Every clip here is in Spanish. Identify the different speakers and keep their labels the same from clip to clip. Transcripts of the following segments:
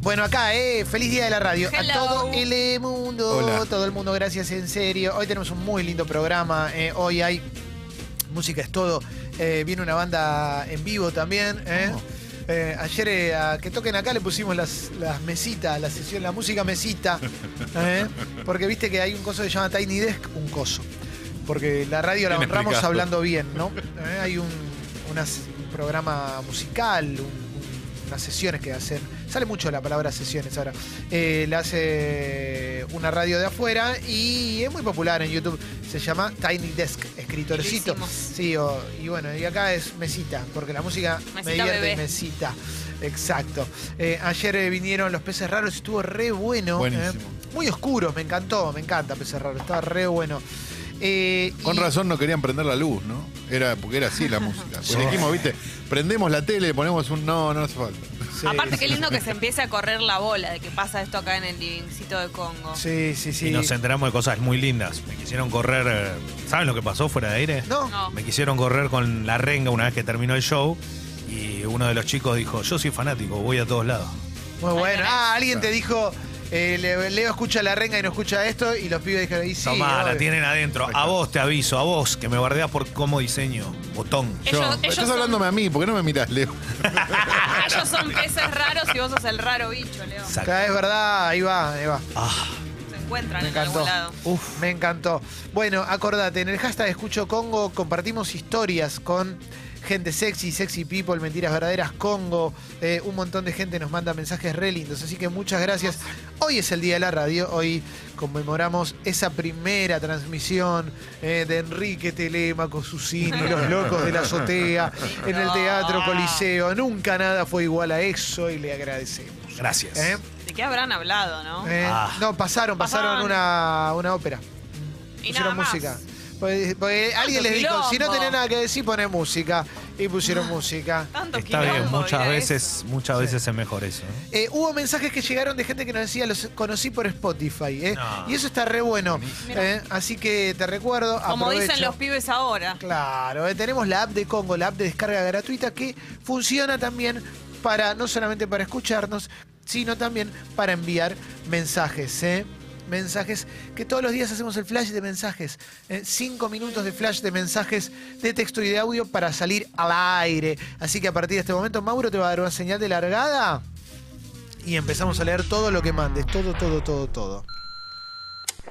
Speaker 1: Bueno, acá, eh, feliz día de la radio.
Speaker 2: Hello.
Speaker 1: A todo el mundo,
Speaker 3: Hola.
Speaker 1: todo el mundo, gracias en serio. Hoy tenemos un muy lindo programa. eh, hoy hay música es todo. Eh, viene una banda en vivo también. eh. Eh, ayer eh, a que toquen acá le pusimos las, las mesitas, la sesión, la música mesita. eh, porque viste que hay un coso que se llama Tiny Desk, un coso. Porque la radio la
Speaker 3: Bien
Speaker 1: honramos
Speaker 3: explicado.
Speaker 1: hablando bien, ¿no? Eh, hay un, unas- un programa musical, un- un- unas sesiones que hacen. Sale mucho la palabra sesiones ahora. Eh, la hace una radio de afuera y es muy popular en YouTube. Se llama Tiny Desk, escritorcito.
Speaker 2: Lo hicimos.
Speaker 1: Sí, o- y bueno, y acá es mesita, porque la música
Speaker 2: Mesita
Speaker 1: me divierte
Speaker 2: bebé.
Speaker 1: y mesita. Exacto. Eh, ayer eh, vinieron los peces raros, estuvo re bueno.
Speaker 3: Buenísimo.
Speaker 1: eh. muy oscuros, me encantó, me encanta peces raros, estaba re bueno. Eh,
Speaker 3: Con
Speaker 1: y-
Speaker 3: razón no querían prender la luz, ¿no? Era porque era así la música. Pues
Speaker 1: Sí.
Speaker 3: dijimos, viste, prendemos la tele, ponemos un no, no hace falta.
Speaker 1: Sí,
Speaker 2: Aparte,
Speaker 1: sí.
Speaker 2: qué lindo que se empiece a correr la bola de que pasa esto acá en el livingcito de Congo.
Speaker 1: Sí, sí, sí.
Speaker 4: Y nos enteramos de cosas muy lindas. Me quisieron correr. eh, ¿Saben lo que pasó fuera de aire?
Speaker 1: No,
Speaker 2: No.
Speaker 4: Me quisieron correr con la renga una vez que terminó el show. Y uno de los chicos dijo: Yo soy fanático, voy a todos lados.
Speaker 1: muy bueno.
Speaker 2: tenés.
Speaker 1: Ah, alguien te dijo, eh, Le- Leo escucha la renga y no escucha esto, y los pibes dijeron, y sí,
Speaker 4: Tomá, la
Speaker 1: obvio.
Speaker 4: tienen adentro. A vos te aviso, a vos, que me bardeás por cómo diseño. Botón.
Speaker 1: Eh,
Speaker 2: Ellos-
Speaker 3: Yo,
Speaker 2: ellos
Speaker 3: estás
Speaker 2: son-
Speaker 3: hablándome a mí, ¿por qué no me mirás, Leo?
Speaker 2: Ellos son peces raros y vos sos el raro bicho, Leo.
Speaker 4: Exacto.
Speaker 1: Ah, Es verdad, ahí va, ahí va.
Speaker 4: Ah,
Speaker 2: Se encuentran
Speaker 1: Me
Speaker 2: en algún
Speaker 1: encantó.
Speaker 2: lado.
Speaker 1: Uf, me encantó. Bueno, acordate, en el hashtag Escucho Congo compartimos historias con gente sexy, sexy people, mentiras verdaderas, Congo. Eh, un montón de gente nos manda mensajes re lindos, así que muchas gracias. Hoy es el Día de la Radio, hoy conmemoramos esa primera transmisión eh, de Enrique Telemaco, Susini, Los Locos de la Azotea, en el Teatro Coliseo. Nunca nada fue igual a eso y le agradecemos.
Speaker 4: gracias.
Speaker 1: ¿eh?
Speaker 2: ¿De qué habrán hablado, no?
Speaker 1: Eh,
Speaker 4: Ah.
Speaker 1: No, pasaron, pasaron
Speaker 2: Pasaron.
Speaker 1: una, una ópera.
Speaker 2: Y
Speaker 1: pusieron
Speaker 2: nada más.
Speaker 1: música. Pues- pues alguien les dijo,
Speaker 2: quilombo.
Speaker 1: si no tenés nada que decir, poné música. Y pusieron música.
Speaker 2: Tanto
Speaker 4: Está bien,
Speaker 2: quilombo,
Speaker 4: muchas
Speaker 2: mira
Speaker 4: veces, muchas veces es mejor eso. ¿no?
Speaker 1: Eh, hubo mensajes que llegaron de gente que nos decía, los conocí por Spotify. ¿eh?
Speaker 4: No.
Speaker 1: Y eso está re bueno. ¿eh? Así que te recuerdo.
Speaker 2: eso. Como
Speaker 1: aprovecho.
Speaker 2: dicen los pibes ahora.
Speaker 1: Claro, eh, tenemos la app de Congo, la app de descarga gratuita que funciona también para, no solamente para escucharnos, sino también para enviar mensajes, ¿eh? Mensajes que todos los días hacemos el flash de mensajes. eh, cinco minutos de flash de mensajes de texto y de audio para salir al aire. Así que a partir de este momento, Mauro te va a dar una señal de largada y empezamos a leer todo lo que mandes. Todo, todo, todo, todo.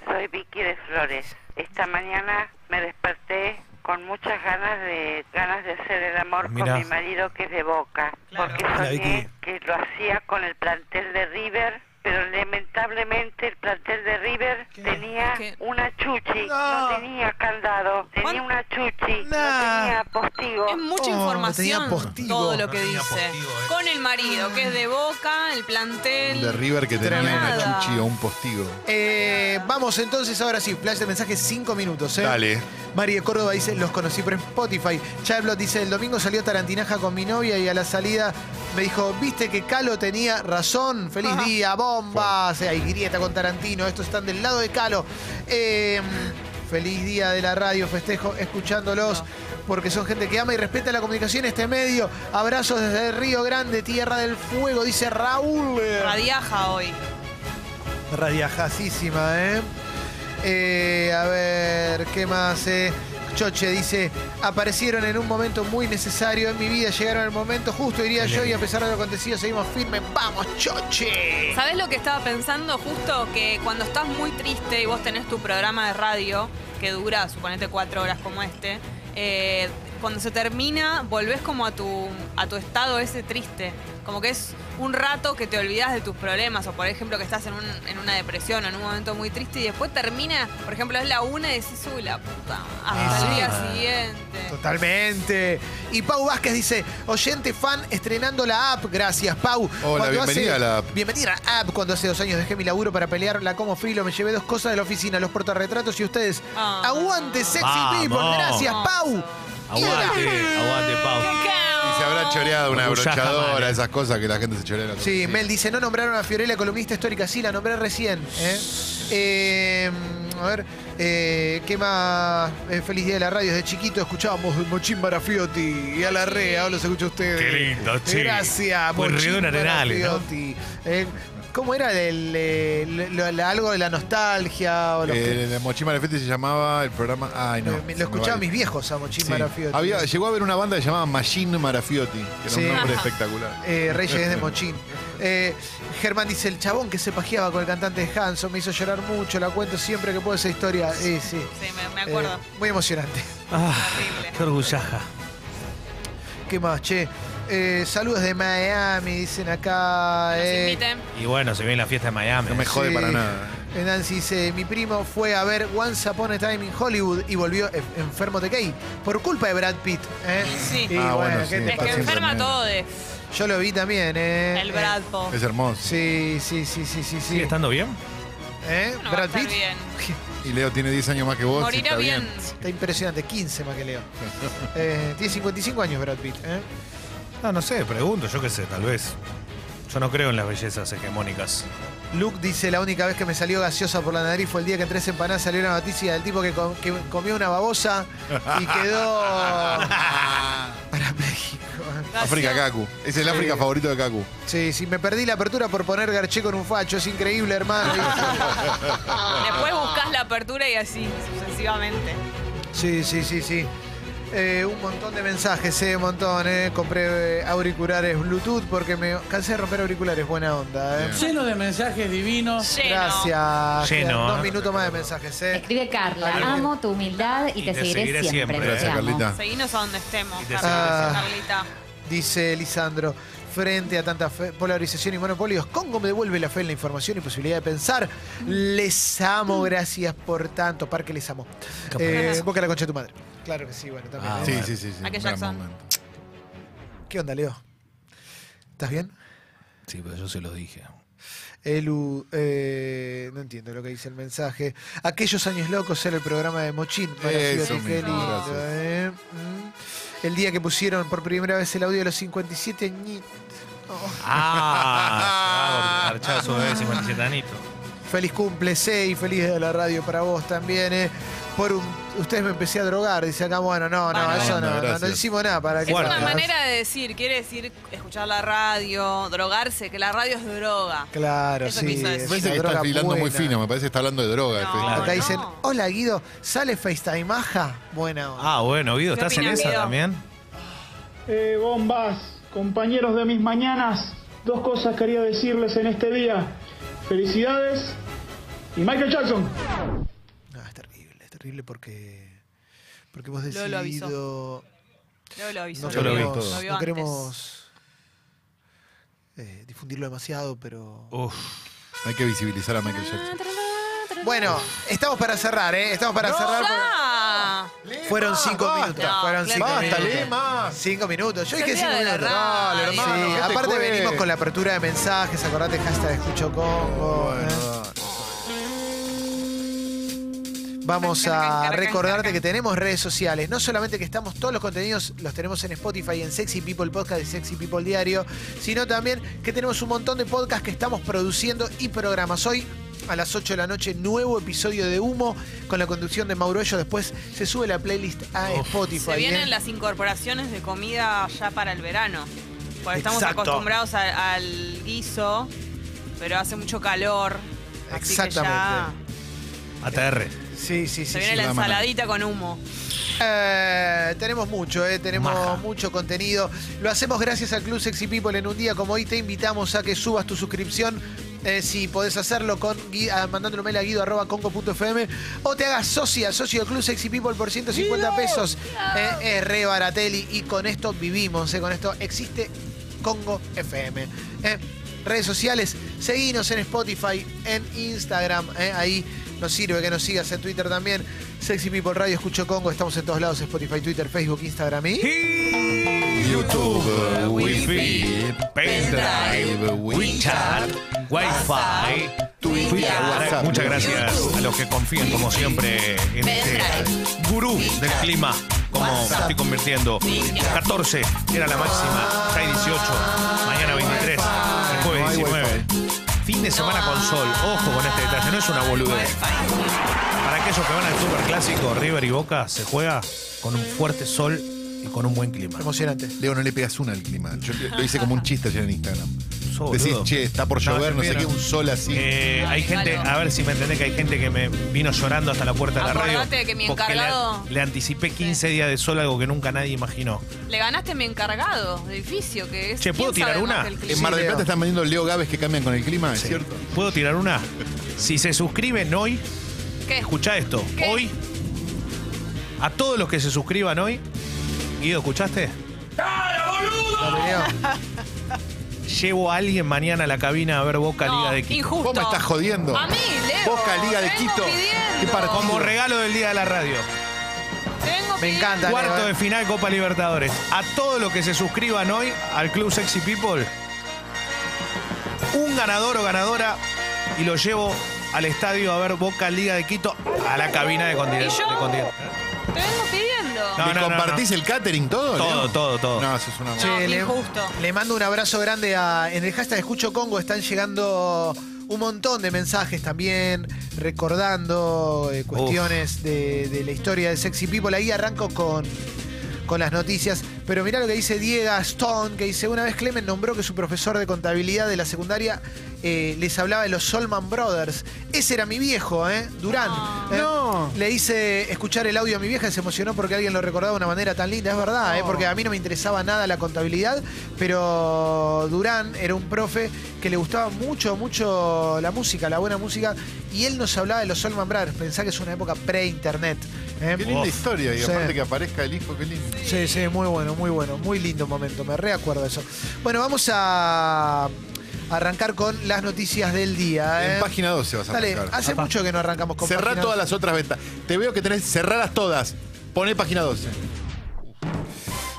Speaker 5: Soy Vicky de Flores. Esta mañana me desperté con muchas ganas de ganas de hacer el amor
Speaker 4: Mirá.
Speaker 5: con mi marido que es de Boca,
Speaker 2: Claro.
Speaker 5: porque
Speaker 4: Hola,
Speaker 5: soñé
Speaker 4: Vicky.
Speaker 5: que lo hacía con el plantel de River, pero lamentablemente el plantel de River tenía
Speaker 2: ¿Qué?
Speaker 5: una chuchi,
Speaker 1: No.
Speaker 5: no, tenía candado, tenía
Speaker 2: ¿Cuán-
Speaker 5: una chuchi, no,
Speaker 1: Nah.
Speaker 5: tenía postigo.
Speaker 2: Es mucha
Speaker 1: Oh, tenía
Speaker 2: información
Speaker 1: postigo.
Speaker 2: todo lo que
Speaker 4: No tenía
Speaker 2: dice.
Speaker 4: postigo, eh.
Speaker 2: Con el marido, que es de Boca, el plantel.
Speaker 3: De River que tenía
Speaker 2: Nada.
Speaker 3: una chuchi o un postigo.
Speaker 1: Eh, vamos entonces, ahora sí, flash de mensajes, cinco minutos. ¿eh?
Speaker 3: Dale.
Speaker 1: María Córdoba dice, los conocí por Spotify. Chablot dice, el domingo salió Tarantinaja con mi novia y a la salida me dijo, viste que Calo tenía razón, feliz
Speaker 2: Ajá.
Speaker 1: día, bombas, hay grieta con Tarantino, estos están del lado de Calo. Eh, feliz día de la radio, festejo escuchándolos. Porque son gente que ama y respeta la comunicación este medio. Abrazos desde Río Grande, Tierra del Fuego, dice Raúl.
Speaker 2: Radiaja hoy.
Speaker 1: Radiajasísima, ¿eh? Eh, A ver, ¿qué más? eh? Choche dice, aparecieron en un momento muy necesario en mi vida, llegaron al momento justo, diría yo, y a pesar de lo acontecido seguimos firmes. ¡Vamos, Choche!
Speaker 2: ¿Sabés lo que estaba pensando? Justo que cuando estás muy triste y vos tenés tu programa de radio, que dura, suponete, cuatro horas como este, eh, cuando se termina, volvés como a tu, a tu estado ese triste. Como que es un rato que te olvidás de tus problemas, o por ejemplo que estás en, un- en una depresión o en un momento muy triste y después termina, por ejemplo, es la una y decís, uy, la puta, hasta
Speaker 1: Ah.
Speaker 2: el día siguiente.
Speaker 1: Totalmente. Y Pau Vázquez dice, oyente fan estrenando la app. Gracias, Pau.
Speaker 3: Hola, bienvenida a la app.
Speaker 1: Bienvenida a la app. Cuando hace dos años dejé mi laburo para pelearla como filo, me llevé dos cosas de la oficina, los portarretratos y ustedes.
Speaker 2: Ah.
Speaker 1: Aguante, sexy
Speaker 4: Vamos.
Speaker 1: people. Gracias, Pau.
Speaker 4: Aguante, aguante, Pau.
Speaker 3: Y se habrá choreado una
Speaker 4: Orgullaja mal,
Speaker 3: brochadora,
Speaker 4: eh.
Speaker 3: esas cosas que la gente se chorea. en la
Speaker 1: Sí,
Speaker 3: cocina.
Speaker 1: Mel dice, no nombraron a Fiorella, columnista histórica. Sí, la nombré recién. ¿eh? Eh, A ver, eh, ¿qué más? Eh, feliz día de la radio. Desde chiquito escuchábamos Mochín Barafiotti y a la rea, ahora los escucho a ustedes.
Speaker 4: Qué lindo,
Speaker 1: Eh,
Speaker 4: sí.
Speaker 1: Gracias,
Speaker 4: Pues
Speaker 1: Mochín
Speaker 4: Río de Arenales, ¿no?
Speaker 1: Barafiotti. Eh, ¿Cómo era el, eh, lo- lo- algo de la nostalgia? O los-
Speaker 3: Eh, la Mochima Lafete se llamaba el programa. Ay, no.
Speaker 1: Eh, me- lo escuchaba mis viejos a Mochín Barafiotti.
Speaker 3: Había, llegó a haber una banda que se llamaba Machine Marafiotti, que era
Speaker 1: Sí.
Speaker 3: un nombre
Speaker 2: Ajá.
Speaker 3: espectacular.
Speaker 1: Eh, Reyes de Mochín. Eh, Germán dice, el chabón que se pajeaba con el cantante de Hanson me hizo llorar mucho, la cuento siempre que puedo esa historia. Eh, sí.
Speaker 2: Sí, me, me acuerdo.
Speaker 1: Eh, muy emocionante.
Speaker 4: Ah,
Speaker 2: Horrible.
Speaker 4: qué orgullaja.
Speaker 1: ¿Qué más, che? Eh, saludos de Miami, dicen acá.
Speaker 2: Nos
Speaker 1: eh,
Speaker 2: inviten.
Speaker 4: Y bueno, se viene la fiesta de Miami.
Speaker 3: No me jode
Speaker 1: Sí.
Speaker 3: para nada.
Speaker 1: Eh, Nancy dice, mi primo fue a ver Once Upon a Time in Hollywood y volvió en- enfermo de gay por culpa de Brad Pitt. ¿eh?
Speaker 2: Sí.
Speaker 1: Y
Speaker 3: Ah, bueno,
Speaker 1: ¿qué
Speaker 3: sí.
Speaker 1: te
Speaker 2: Es que
Speaker 1: pasa?
Speaker 3: siempre
Speaker 2: enferma
Speaker 3: menos.
Speaker 2: todo de
Speaker 1: Yo lo vi también, ¿eh?
Speaker 2: el
Speaker 1: Eh,
Speaker 2: Bradpo.
Speaker 3: Es hermoso.
Speaker 1: Sí, sí, sí, sí, sí. sí.
Speaker 4: ¿Sigue estando bien?
Speaker 1: ¿Eh?
Speaker 2: Bueno, va a
Speaker 1: Brad
Speaker 2: estar
Speaker 1: Pitt.
Speaker 2: bien.
Speaker 3: Y Leo tiene 10 años más que vos. y
Speaker 2: Morirá
Speaker 3: está
Speaker 2: bien.
Speaker 1: Está impresionante, 15 más que Leo. Eh, tiene 55 años Brad Pitt. ¿eh?
Speaker 4: No, no sé, pregunto, yo qué sé, tal vez. Yo no creo en las bellezas hegemónicas.
Speaker 1: Luke dice, la única vez que me salió gaseosa por la nariz fue el día que en tres empanadas salió la noticia del tipo que, com- que comió una babosa y quedó
Speaker 3: Ah.
Speaker 1: parapléjico.
Speaker 3: África Kaku. Es el África favorito de Kaku.
Speaker 1: Sí, sí, me perdí la apertura por poner Garché con un facho, es increíble, hermano.
Speaker 2: Después buscas la apertura y así sucesivamente.
Speaker 1: Sí, sí, sí, sí. Eh, un montón de mensajes, eh, un montón, eh. Compré eh, auriculares Bluetooth porque me cansé de romper auriculares, buena onda, eh.
Speaker 3: Bien.
Speaker 6: Lleno de mensajes divinos.
Speaker 2: Lleno.
Speaker 1: Gracias.
Speaker 4: Lleno,
Speaker 1: Quedan Dos
Speaker 4: ¿eh?
Speaker 1: minutos más de mensajes, eh.
Speaker 7: Escribe Carla,
Speaker 1: Algo.
Speaker 7: amo tu humildad y, te, seguiré, siempre. eh.
Speaker 3: Gracias,
Speaker 7: Te amo.
Speaker 3: Carlita.
Speaker 2: Seguinos a donde estemos.
Speaker 4: Y te
Speaker 2: Carlita.
Speaker 1: seguimos. Dice Lisandro, frente a tanta fe- polarización y monopolios, Congo me devuelve la fe en la información y posibilidad de pensar. Les amo, gracias por tanto. Parque les amo. Eh, boca la concha de tu madre. Claro que sí, bueno, también.
Speaker 4: Ah,
Speaker 1: eh.
Speaker 3: Sí,
Speaker 4: bueno.
Speaker 3: sí, sí, sí.
Speaker 2: Michael
Speaker 3: gran
Speaker 2: Jackson.
Speaker 3: momento.
Speaker 1: ¿Qué onda, Leo? ¿Estás bien?
Speaker 4: Sí, pero yo se lo dije.
Speaker 1: Elu, eh, no entiendo lo que dice el mensaje. Aquellos años locos era el programa de Mochín. Maravilloso,
Speaker 3: Eso
Speaker 1: qué
Speaker 3: mismo,
Speaker 1: lindo,
Speaker 3: gracias.
Speaker 1: eh. Mm. El día que pusieron por primera vez el audio de los 57 ñi-
Speaker 4: Ah, archado su vez,
Speaker 1: Feliz cumple, y feliz día de la radio para vos también. eh. Por un- ustedes me empecé a drogar, dice acá, bueno, no, no,
Speaker 2: Bueno.
Speaker 1: eso no,
Speaker 3: Ah, Bueno,
Speaker 1: no, no,
Speaker 3: gracias.
Speaker 1: hicimos nada para que
Speaker 2: Es una
Speaker 4: Fuerte.
Speaker 2: manera de decir, quiere decir escuchar la radio, drogarse, que la radio es droga.
Speaker 1: Claro,
Speaker 2: Eso
Speaker 1: sí.
Speaker 2: quiso
Speaker 1: es
Speaker 2: decir.
Speaker 3: Me
Speaker 1: una
Speaker 3: parece que
Speaker 1: droga
Speaker 3: está hilando muy
Speaker 1: buena.
Speaker 3: fino, me parece que está hablando de droga. este.
Speaker 2: No,
Speaker 3: Fede.
Speaker 2: no.
Speaker 1: Acá
Speaker 2: Claro.
Speaker 1: dicen, hola Guido, ¿sale FaceTime maja? Buena onda.
Speaker 4: Ah, bueno, Guido,
Speaker 2: ¿Qué
Speaker 4: ¿estás en
Speaker 2: opinas,
Speaker 4: esa
Speaker 2: Guido?
Speaker 4: también?
Speaker 8: Eh, bombas, compañeros de mis mañanas, dos cosas quería decirles en este día. Felicidades y Michael Jackson.
Speaker 1: No, es terrible, es terrible porque. Porque vos decís.
Speaker 2: Lolo
Speaker 1: No,
Speaker 2: avisó. Yo lo aviso.
Speaker 4: Yo lo vi
Speaker 1: queremos-
Speaker 4: todo.
Speaker 1: no queremos eh, difundirlo demasiado, pero.
Speaker 4: Uf.
Speaker 3: Hay que visibilizar a Michael Jackson.
Speaker 1: Bueno, estamos para cerrar, ¿eh? Estamos para cerrar.
Speaker 2: ¡Ya!
Speaker 1: porque- Fueron cinco
Speaker 3: basta.
Speaker 1: minutos.
Speaker 2: No,
Speaker 1: fueron
Speaker 2: claro.
Speaker 1: cinco
Speaker 3: Basta,
Speaker 1: minutos.
Speaker 3: lee más.
Speaker 1: Cinco minutos. Yo
Speaker 2: Es
Speaker 1: dije
Speaker 2: el
Speaker 1: cinco
Speaker 2: día de la
Speaker 1: minutos.
Speaker 2: Dale, hermano,
Speaker 1: Sí,
Speaker 3: ¿qué te
Speaker 1: aparte
Speaker 3: cuesta?
Speaker 1: venimos con la apertura de mensajes. Acordate, hashtag escucho Congo. ¿eh?
Speaker 3: Bueno,
Speaker 1: Vamos a
Speaker 2: Carcan, carcan,
Speaker 1: recordarte
Speaker 2: carcan.
Speaker 1: que tenemos redes sociales. No solamente que estamos, todos los contenidos los tenemos en Spotify, en Sexy People Podcast y Sexy People Diario, sino también que tenemos un montón de podcasts que estamos produciendo y programas. Hoy a las 8 de la noche, nuevo episodio de Humo con la conducción de Mauro Ello. Después se sube la playlist a Spotify.
Speaker 2: Se
Speaker 1: ¿eh?
Speaker 2: vienen las incorporaciones de comida ya para el verano. Porque estamos
Speaker 1: Exacto.
Speaker 2: acostumbrados a- al guiso, pero hace mucho calor. Así que ya
Speaker 1: Exactamente.
Speaker 4: ATR.
Speaker 1: Sí, sí, sí.
Speaker 2: se viene
Speaker 1: sí.
Speaker 2: la
Speaker 3: una mano.
Speaker 2: ensaladita con humo.
Speaker 1: Eh, tenemos mucho, eh, tenemos
Speaker 4: Maja.
Speaker 1: mucho contenido. Lo hacemos gracias al Club Sexy People en un día como hoy. Te invitamos a que subas tu suscripción. eh, si podés hacerlo con Gui- ah, mandándole un mail a guido.congo.fm o te hagas socia, socio del Club Sexy People por 150 pesos. Eh, es re barateli y con esto vivimos, eh, con esto existe Congo FM. eh. Redes sociales, seguinos en Spotify, en Instagram, eh, ahí nos sirve que nos sigas en Twitter también. Sexy People Radio Escucho Congo, estamos en todos lados, Spotify, Twitter, Facebook, Instagram y...
Speaker 3: YouTube, Wi-Fi,
Speaker 2: pendrive,
Speaker 4: WeChat, Wi-Fi,
Speaker 3: Twitter, WhatsApp.
Speaker 4: Muchas gracias a los que confían, como siempre, en este gurú del clima. Como me estoy convirtiendo. 14 era la máxima, ya hay 18, mañana 23, el
Speaker 3: No
Speaker 4: jueves
Speaker 3: hay
Speaker 4: 19.
Speaker 3: wifi.
Speaker 4: Fin de semana con sol, ojo con este detalle, no es una boludez. Para aquellos que van al superclásico, River y Boca, se juega con un fuerte sol y con un buen clima.
Speaker 1: Emocionante.
Speaker 3: Leo, no le pegas una al clima. Yo le- lo hice como un chiste ayer en Instagram.
Speaker 4: So,
Speaker 3: Decís,
Speaker 4: boludo.
Speaker 3: che, está por
Speaker 4: No,
Speaker 3: llover, no sé
Speaker 4: espera.
Speaker 3: qué, un sol así.
Speaker 4: Eh, hay gente, a ver si me entendés que hay gente que me vino llorando hasta la puerta de la radio.
Speaker 2: Acordate de que mi
Speaker 4: porque le-
Speaker 2: encargado-
Speaker 4: Le, anticipé 15 días de sol, algo que nunca nadie imaginó.
Speaker 2: Le ganaste a mi encargado de edificio, que es.
Speaker 4: Che, ¿puedo
Speaker 2: ¿quién
Speaker 4: tirar
Speaker 2: sabe más
Speaker 4: una?
Speaker 2: del clima?
Speaker 3: en Mar del
Speaker 1: Leo.
Speaker 3: Plata están vendiendo Leo Gaves que cambian con el clima, ¿es cierto?
Speaker 4: ¿Puedo tirar una? Si se suscriben hoy,
Speaker 2: ¿Qué?
Speaker 4: escuchá esto.
Speaker 2: ¿Qué?
Speaker 4: Hoy, a todos los que se suscriban hoy, Guido, ¿escuchaste?
Speaker 1: La opinión.
Speaker 4: Llevo a alguien mañana a la cabina a ver Boca
Speaker 2: No,
Speaker 4: Liga de Quito.
Speaker 2: Injusto.
Speaker 3: ¿Vos me estás jodiendo?
Speaker 2: A mí, Leo.
Speaker 3: Boca, Liga de
Speaker 2: te vengo
Speaker 3: Quito.
Speaker 2: pidiendo.
Speaker 3: ¿Qué partido?
Speaker 4: Como regalo del día de la radio.
Speaker 2: Te vengo
Speaker 1: Me
Speaker 2: pidiendo.
Speaker 1: encanta. Leo,
Speaker 4: Cuarto
Speaker 1: eh.
Speaker 4: de final Copa Libertadores. A todos los que se suscriban hoy al Club Sexy People, un ganador o ganadora y lo llevo al estadio a ver Boca Liga de Quito a la cabina de Continental.
Speaker 2: ¿Y yo?
Speaker 4: de Continental.
Speaker 2: Te vengo pidiendo.
Speaker 4: No,
Speaker 3: ¿Le
Speaker 4: no, no,
Speaker 3: compartís el catering todo?
Speaker 4: Todo,
Speaker 3: Leo?
Speaker 4: todo, todo.
Speaker 3: No, eso es una
Speaker 1: Che,
Speaker 2: No,
Speaker 1: le,
Speaker 2: injusto.
Speaker 1: le mando un abrazo grande a. En el hashtag Escucho Congo están llegando un montón de mensajes también, recordando eh, cuestiones de, de la historia de Sexy People. Ahí arranco con, con las noticias. Pero mirá lo que dice Diego Stone, que dice: Una vez Clemen nombró que su profesor de contabilidad de la secundaria eh, les hablaba de los Solman Brothers. Ese era mi viejo, ¿eh? Durán.
Speaker 2: No.
Speaker 1: ¿eh?
Speaker 3: No.
Speaker 1: Le hice escuchar el audio a mi vieja y se emocionó porque alguien lo recordaba de una manera tan linda. Es verdad, ¿eh? porque a mí no me interesaba nada la contabilidad, pero Durán era un profe que le gustaba mucho, mucho la música, la buena música, y él nos hablaba de los Solman Brothers. Pensá que es una época pre-internet. ¿eh?
Speaker 3: Qué linda
Speaker 4: Uf.
Speaker 3: historia, y
Speaker 1: Sí.
Speaker 3: aparte que aparezca el hijo, qué lindo.
Speaker 1: Sí, sí, muy bueno, muy bueno, muy lindo momento, me reacuerdo eso. Bueno, vamos a arrancar con las noticias del día. ¿eh?
Speaker 3: En página 12 vas a
Speaker 1: Dale,
Speaker 3: arrancar.
Speaker 1: hace mucho que no arrancamos con
Speaker 3: Cerrá
Speaker 1: página
Speaker 3: todas las otras ventas. Te veo que tenés cerradas todas. Poné página 12.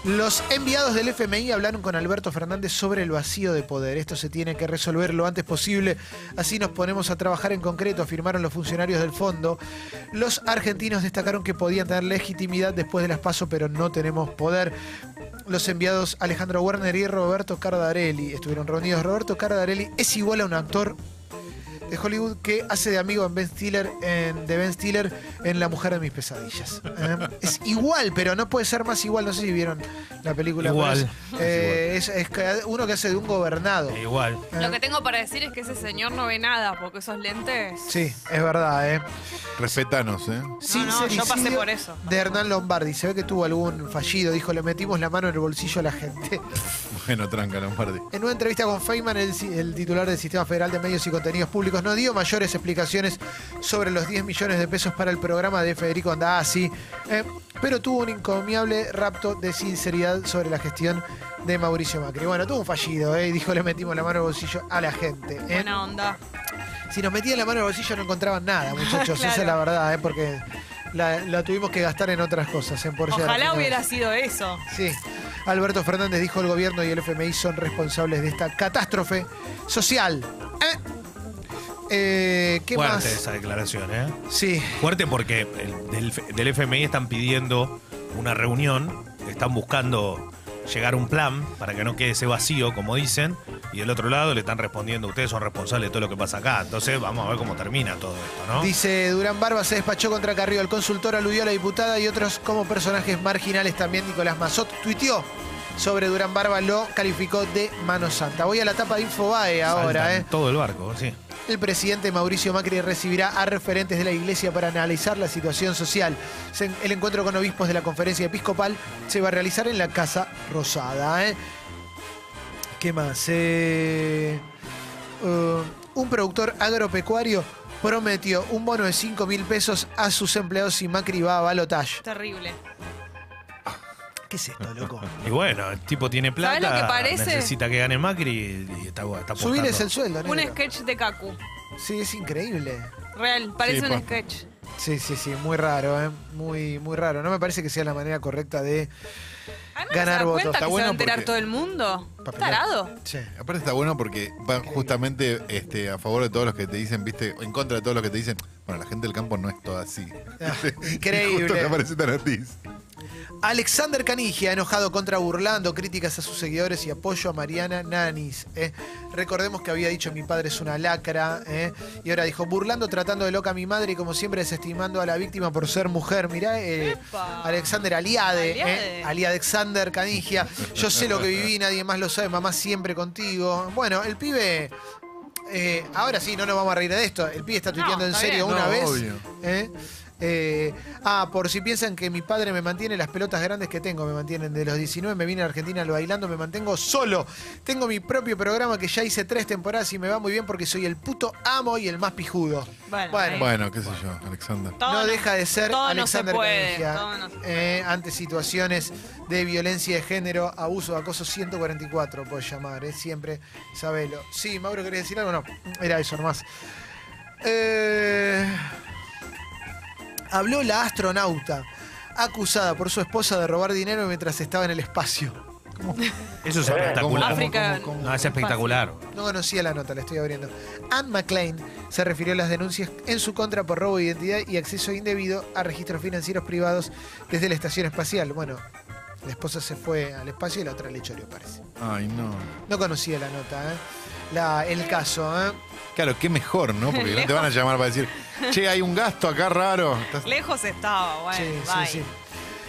Speaker 1: Los enviados del FMI hablaron con Alberto Fernández sobre el vacío de poder. Esto se tiene que resolver lo antes posible. Así nos ponemos a trabajar en concreto, afirmaron los funcionarios del fondo. Los argentinos destacaron que podían tener legitimidad después de las pasos, pero no tenemos poder. Los enviados Alejandro Werner y Roberto Cardarelli estuvieron reunidos. Roberto Cardarelli es igual a un actor de Hollywood que hace de amigo en ben Stiller, en- de Ben Stiller en La Mujer de Mis Pesadillas. Eh, es igual, pero no puede ser más igual. No sé si vieron la película. pero
Speaker 4: Igual.
Speaker 1: Es, eh, es- es que- uno que hace de un gobernado.
Speaker 4: Eh, Igual.
Speaker 1: Eh,
Speaker 2: Lo que tengo para decir es que ese señor no ve nada porque esos lentes.
Speaker 1: Sí, es verdad, ¿eh?
Speaker 3: Respetanos, ¿eh?
Speaker 2: No, no, yo pasé por eso.
Speaker 1: De Hernán Lombardi. Se ve que tuvo algún fallido. Dijo, le metimos la mano en el bolsillo a la gente.
Speaker 3: Bueno, tranca, Lombardi.
Speaker 1: En una entrevista con Feynman, el, si- el titular del Sistema Federal de Medios y Contenidos Públicos no dio mayores explicaciones sobre los 10 millones de pesos para el programa de Federico Andazzi, eh, pero tuvo un encomiable rapto de sinceridad sobre la gestión de Mauricio Macri. Bueno, tuvo un fallido, eh, y dijo le metimos la mano al bolsillo a la gente. eh.
Speaker 2: Buena onda.
Speaker 1: Si nos metían la mano al bolsillo no encontraban nada, muchachos,
Speaker 2: Claro.
Speaker 1: esa es la verdad, eh, porque la, la tuvimos que gastar en otras cosas. En
Speaker 2: Ojalá hubiera sido eso.
Speaker 1: Sí. Alberto Fernández dijo el gobierno y el FMI son responsables de esta catástrofe social. ¿Eh? Eh, qué
Speaker 4: Fuerte
Speaker 1: más?
Speaker 4: esa declaración, ¿eh?
Speaker 1: Sí.
Speaker 4: Fuerte porque el- del, F- del FMI están pidiendo una reunión, están buscando llegar a un plan para que no quede ese vacío, como dicen, y del otro lado le están respondiendo, ustedes son responsables de todo lo que pasa acá, entonces vamos a ver cómo termina todo esto, ¿no?
Speaker 1: Dice Durán Barba se despachó contra Carrió. El consultor aludió a la diputada y otros como personajes marginales también. Nicolás Mazot tuiteó sobre Durán Barba, lo calificó de mano santa. Voy a la tapa de Infobae ahora,
Speaker 4: Saltan
Speaker 1: ¿eh?
Speaker 4: Todo el barco, sí.
Speaker 1: El presidente Mauricio Macri recibirá a referentes de la Iglesia para analizar la situación social. Se- El encuentro con obispos de la conferencia episcopal se va a realizar en la Casa Rosada. ¿eh? ¿Qué más? Eh, eh, un productor agropecuario prometió un bono de 5 mil pesos a sus empleados si Macri va a balotaje.
Speaker 2: Terrible.
Speaker 1: ¿Qué es esto, loco?
Speaker 4: Y bueno, el tipo tiene plata,
Speaker 2: ¿Sabés lo que parece?
Speaker 4: necesita que gane Macri y está, está apostando.
Speaker 1: Subirles el sueldo,
Speaker 2: Un
Speaker 1: negro.
Speaker 2: sketch de Kaku.
Speaker 1: Sí, es increíble.
Speaker 2: Real, parece
Speaker 3: Sí,
Speaker 2: un
Speaker 3: posta.
Speaker 2: sketch.
Speaker 1: Sí, sí, sí, muy raro, ¿eh? Muy, muy raro. No me parece que sea la manera correcta de...
Speaker 2: Además,
Speaker 1: Ganar
Speaker 2: ¿se da
Speaker 1: votos.
Speaker 2: cuenta
Speaker 1: Está
Speaker 2: que se va
Speaker 3: bueno
Speaker 2: a enterar
Speaker 3: porque-
Speaker 2: todo el mundo?
Speaker 1: Papelón.
Speaker 2: Tarado.
Speaker 1: Che.
Speaker 3: Aparte está bueno porque van justamente este, a favor de todos los que te dicen, viste, en contra de todos los que te dicen, bueno, la gente del campo no es toda así.
Speaker 1: Ah,
Speaker 3: Y justo
Speaker 1: Increíble.
Speaker 3: te aparece esta noticia.
Speaker 1: Alexander Canigia, enojado contra Burlando, críticas a sus seguidores y apoyo a Mariana Nanis. ¿eh? Recordemos que había dicho mi padre es una lacra. ¿eh? Y ahora dijo, Burlando tratando de loca a mi madre y como siempre desestimando a la víctima por ser mujer. Mirá, eh,
Speaker 2: Epa.
Speaker 1: Alexander Aliade.
Speaker 2: Aliade.
Speaker 1: ¿eh? Ali Alexander Canigia. Yo sé lo que viví, nadie más lo sabe, mamá siempre contigo. Bueno, el pibe... eh, ahora sí, no nos vamos a reír de esto. El pibe está tuiteando en
Speaker 2: está
Speaker 1: serio
Speaker 3: bien.
Speaker 1: una
Speaker 3: No,
Speaker 1: vez.
Speaker 3: obvio.
Speaker 1: ¿eh? Eh, ah, por si piensan que mi padre me mantiene las pelotas grandes que tengo, me mantienen de los 19, me vine a Argentina al bailando, me mantengo solo. Tengo mi propio programa que ya hice tres temporadas y me va muy bien porque soy el puto amo y el más pijudo.
Speaker 2: Bueno, ahí.
Speaker 3: Bueno, qué sé yo, Alexander.
Speaker 2: Todo
Speaker 1: no deja de ser
Speaker 2: todo no se
Speaker 1: Alexander
Speaker 2: puede,
Speaker 1: Canigia.
Speaker 2: todo no se
Speaker 1: Eh, ante situaciones de violencia de género, abuso, acoso 144, puedes llamar, eh, siempre sabelo. Sí, Mauro, ¿querés decir algo? No, era eso nomás. Eh, habló la astronauta, acusada por su esposa de robar dinero mientras estaba en el espacio.
Speaker 4: Eso
Speaker 1: Eh,
Speaker 4: es espectacular.
Speaker 2: África.
Speaker 4: No, es espectacular.
Speaker 1: No conocía la nota, la estoy abriendo. Anne McLean se refirió a las denuncias en su contra por robo de identidad y acceso indebido a registros financieros privados desde la estación espacial. Bueno, la esposa se fue al espacio y la otra le choreó, parece.
Speaker 3: Ay, no.
Speaker 1: No conocía la nota, ¿eh? La- el caso, ¿eh?
Speaker 3: Claro, qué mejor, ¿no? Porque no te van a llamar para decir, che, hay un gasto acá raro. Estás-
Speaker 2: Lejos estaba, bueno,
Speaker 1: Sí,
Speaker 2: bye.
Speaker 1: sí, sí.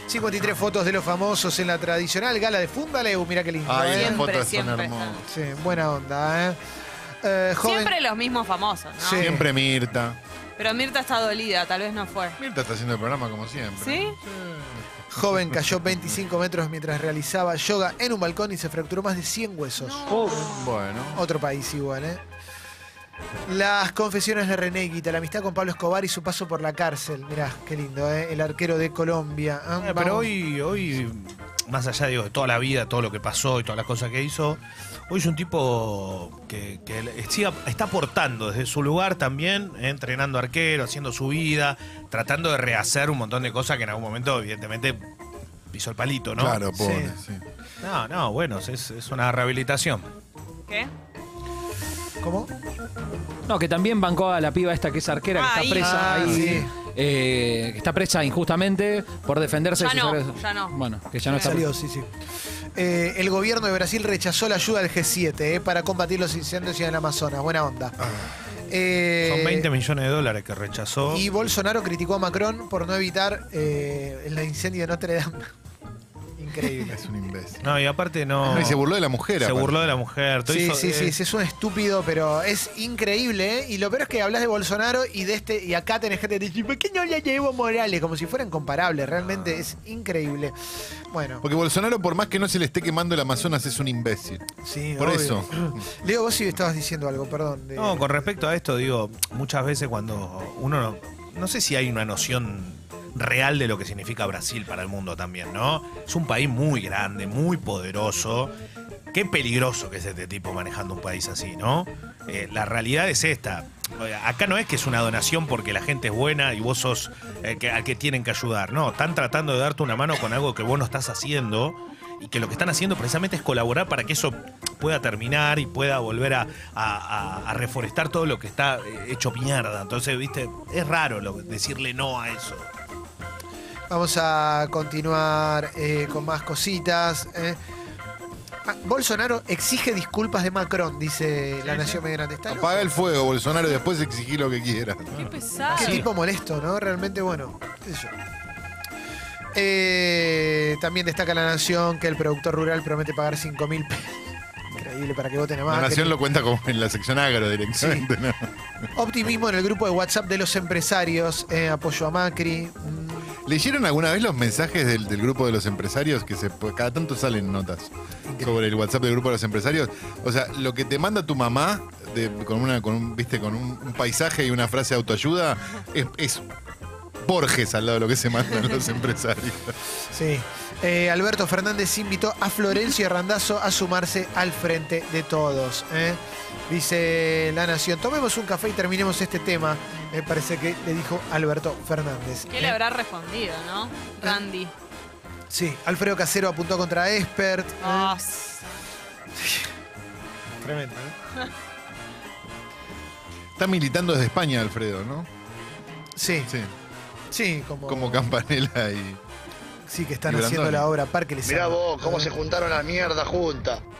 Speaker 1: 53 fotos de los famosos en la tradicional gala de Fundaleu. Mirá qué lindo,
Speaker 3: Ay,
Speaker 1: ¿eh?
Speaker 3: las
Speaker 2: Siempre,
Speaker 3: fotos son
Speaker 2: siempre.
Speaker 3: hermosas.
Speaker 1: Sí, buena onda, ¿eh? Eh, joven-
Speaker 2: Siempre los mismos famosos, ¿no?
Speaker 1: Sí.
Speaker 3: Siempre Mirta.
Speaker 2: Pero Mirta está dolida, tal vez no fue.
Speaker 3: Mirta está haciendo el programa como siempre.
Speaker 2: ¿Sí?
Speaker 1: Joven cayó 25 metros mientras realizaba yoga en un balcón y se fracturó más de 100 huesos.
Speaker 3: Bueno.
Speaker 1: Otro país igual, ¿eh? Las confesiones de René Guita, la amistad con Pablo Escobar y su paso por la cárcel. Mirá, qué lindo, ¿eh? El arquero de Colombia. Ah,
Speaker 4: Eh,
Speaker 1: vamos.
Speaker 4: Pero hoy, hoy, más allá digo, de toda la vida, todo lo que pasó y todas las cosas que hizo, hoy es un tipo que, que le- sigue- está aportando desde su lugar también, eh, entrenando arquero, haciendo su vida, tratando de rehacer un montón de cosas que en algún momento, evidentemente, pisó el palito, ¿no?
Speaker 3: Claro,
Speaker 1: Sí.
Speaker 3: pobre, sí.
Speaker 4: No, no, bueno, es, es una rehabilitación.
Speaker 2: ¿Qué?
Speaker 1: ¿Cómo?
Speaker 6: No, que también bancó a la piba esta que es arquera, que
Speaker 2: Ah, ahí.
Speaker 6: está presa
Speaker 1: Ah,
Speaker 6: ahí.
Speaker 1: sí.
Speaker 6: eh, que está presa injustamente por defenderse
Speaker 2: Ya
Speaker 6: de sus
Speaker 2: no,
Speaker 6: agresores.
Speaker 2: ya no.
Speaker 6: Bueno, que ya no está.
Speaker 1: Salió, sí, sí. Eh, el gobierno de Brasil rechazó la ayuda del G7 ¿eh? para combatir los incendios en el Amazonas. Buena onda.
Speaker 3: Ah,
Speaker 1: Eh,
Speaker 4: Son 20 millones de dólares que rechazó.
Speaker 1: Y Bolsonaro criticó a Macron por no evitar eh, el incendio de Notre Dame. Increíble.
Speaker 3: Es un imbécil.
Speaker 4: No, y aparte no.
Speaker 3: No, y se burló de la mujer.
Speaker 4: Se
Speaker 3: aparte.
Speaker 4: burló de la mujer. todo
Speaker 1: Sí,
Speaker 4: hizo-
Speaker 1: sí,
Speaker 4: eh,
Speaker 1: sí, sí, es un estúpido, pero es increíble, ¿eh? Y lo peor es que hablas de Bolsonaro y de este, y acá tenés gente que dice, ¿por qué no le llevo Morales? Como si fueran comparables,
Speaker 4: Ah.
Speaker 1: realmente es increíble. Bueno,
Speaker 3: Porque Bolsonaro, por más que no se le esté quemando el Amazonas, es un imbécil.
Speaker 1: sí,
Speaker 3: Por
Speaker 1: obvio.
Speaker 3: eso.
Speaker 1: Leo, vos sí estabas diciendo algo, perdón. de-
Speaker 4: No, con respecto a esto, digo, muchas veces cuando uno no. No sé si hay una noción real de lo que significa Brasil para el mundo también, ¿no? Es un país muy grande, muy poderoso. Qué peligroso que es este tipo manejando un país así, ¿no? Eh, la realidad es esta. O sea, Acá no es que es una donación porque la gente es buena y vos sos eh, que- al que tienen que ayudar. No, están tratando de darte una mano con algo que vos no estás haciendo y que lo que están haciendo precisamente es colaborar para que eso pueda terminar y pueda volver a, a- a- a reforestar todo lo que está eh, hecho mierda. Entonces, viste, es raro lo- decirle no a eso.
Speaker 1: Vamos a continuar eh, con más cositas. eh. Ah, Bolsonaro exige disculpas de Macron, dice la Nación Mediante. Está loco.
Speaker 3: Apaga el fuego, Bolsonaro, y después exigí lo que quieras.
Speaker 1: Ah,
Speaker 2: Qué pesado.
Speaker 1: Qué tipo molesto, ¿no? Realmente, bueno, qué sé yo. Eh, también destaca la Nación que el productor rural promete pagar 5 mil pesos. Increíble, para Ah, que voten a más.
Speaker 3: La nación lo cuenta como en la sección agro directamente. ¿no?
Speaker 1: Optimismo en el grupo de WhatsApp de los empresarios. eh, apoyo a Macri. Mm,
Speaker 3: ¿Leyeron alguna vez los mensajes del, del grupo de los empresarios? Que se, cada tanto salen notas sobre el WhatsApp del grupo de los empresarios. O sea, lo que te manda tu mamá de- con, una, con, un, ¿viste? con un, un paisaje y una frase de autoayuda es, es Borges al lado de lo que se mandan los empresarios.
Speaker 1: Sí. Eh, Alberto Fernández invitó a Florencio Randazzo a sumarse al frente de todos. ¿eh? Dice La Nación, tomemos un café y terminemos este tema. Me parece que le dijo Alberto Fernández.
Speaker 2: ¿Qué le habrá respondido,
Speaker 1: Eh.
Speaker 2: no? Randy.
Speaker 1: Sí, Alfredo Casero apuntó contra Espert. ¿eh?
Speaker 2: Ah,
Speaker 1: Tremendo,
Speaker 3: Está militando desde España, Alfredo, ¿no?
Speaker 1: Sí,
Speaker 3: Sí.
Speaker 1: sí, como,
Speaker 3: Como Campanella y.
Speaker 9: Sí, que están
Speaker 10: Y
Speaker 9: haciendo
Speaker 10: Brandoni.
Speaker 9: la obra Parque Lizardo.
Speaker 1: Mirá vos, cómo se juntaron las mierdas juntas.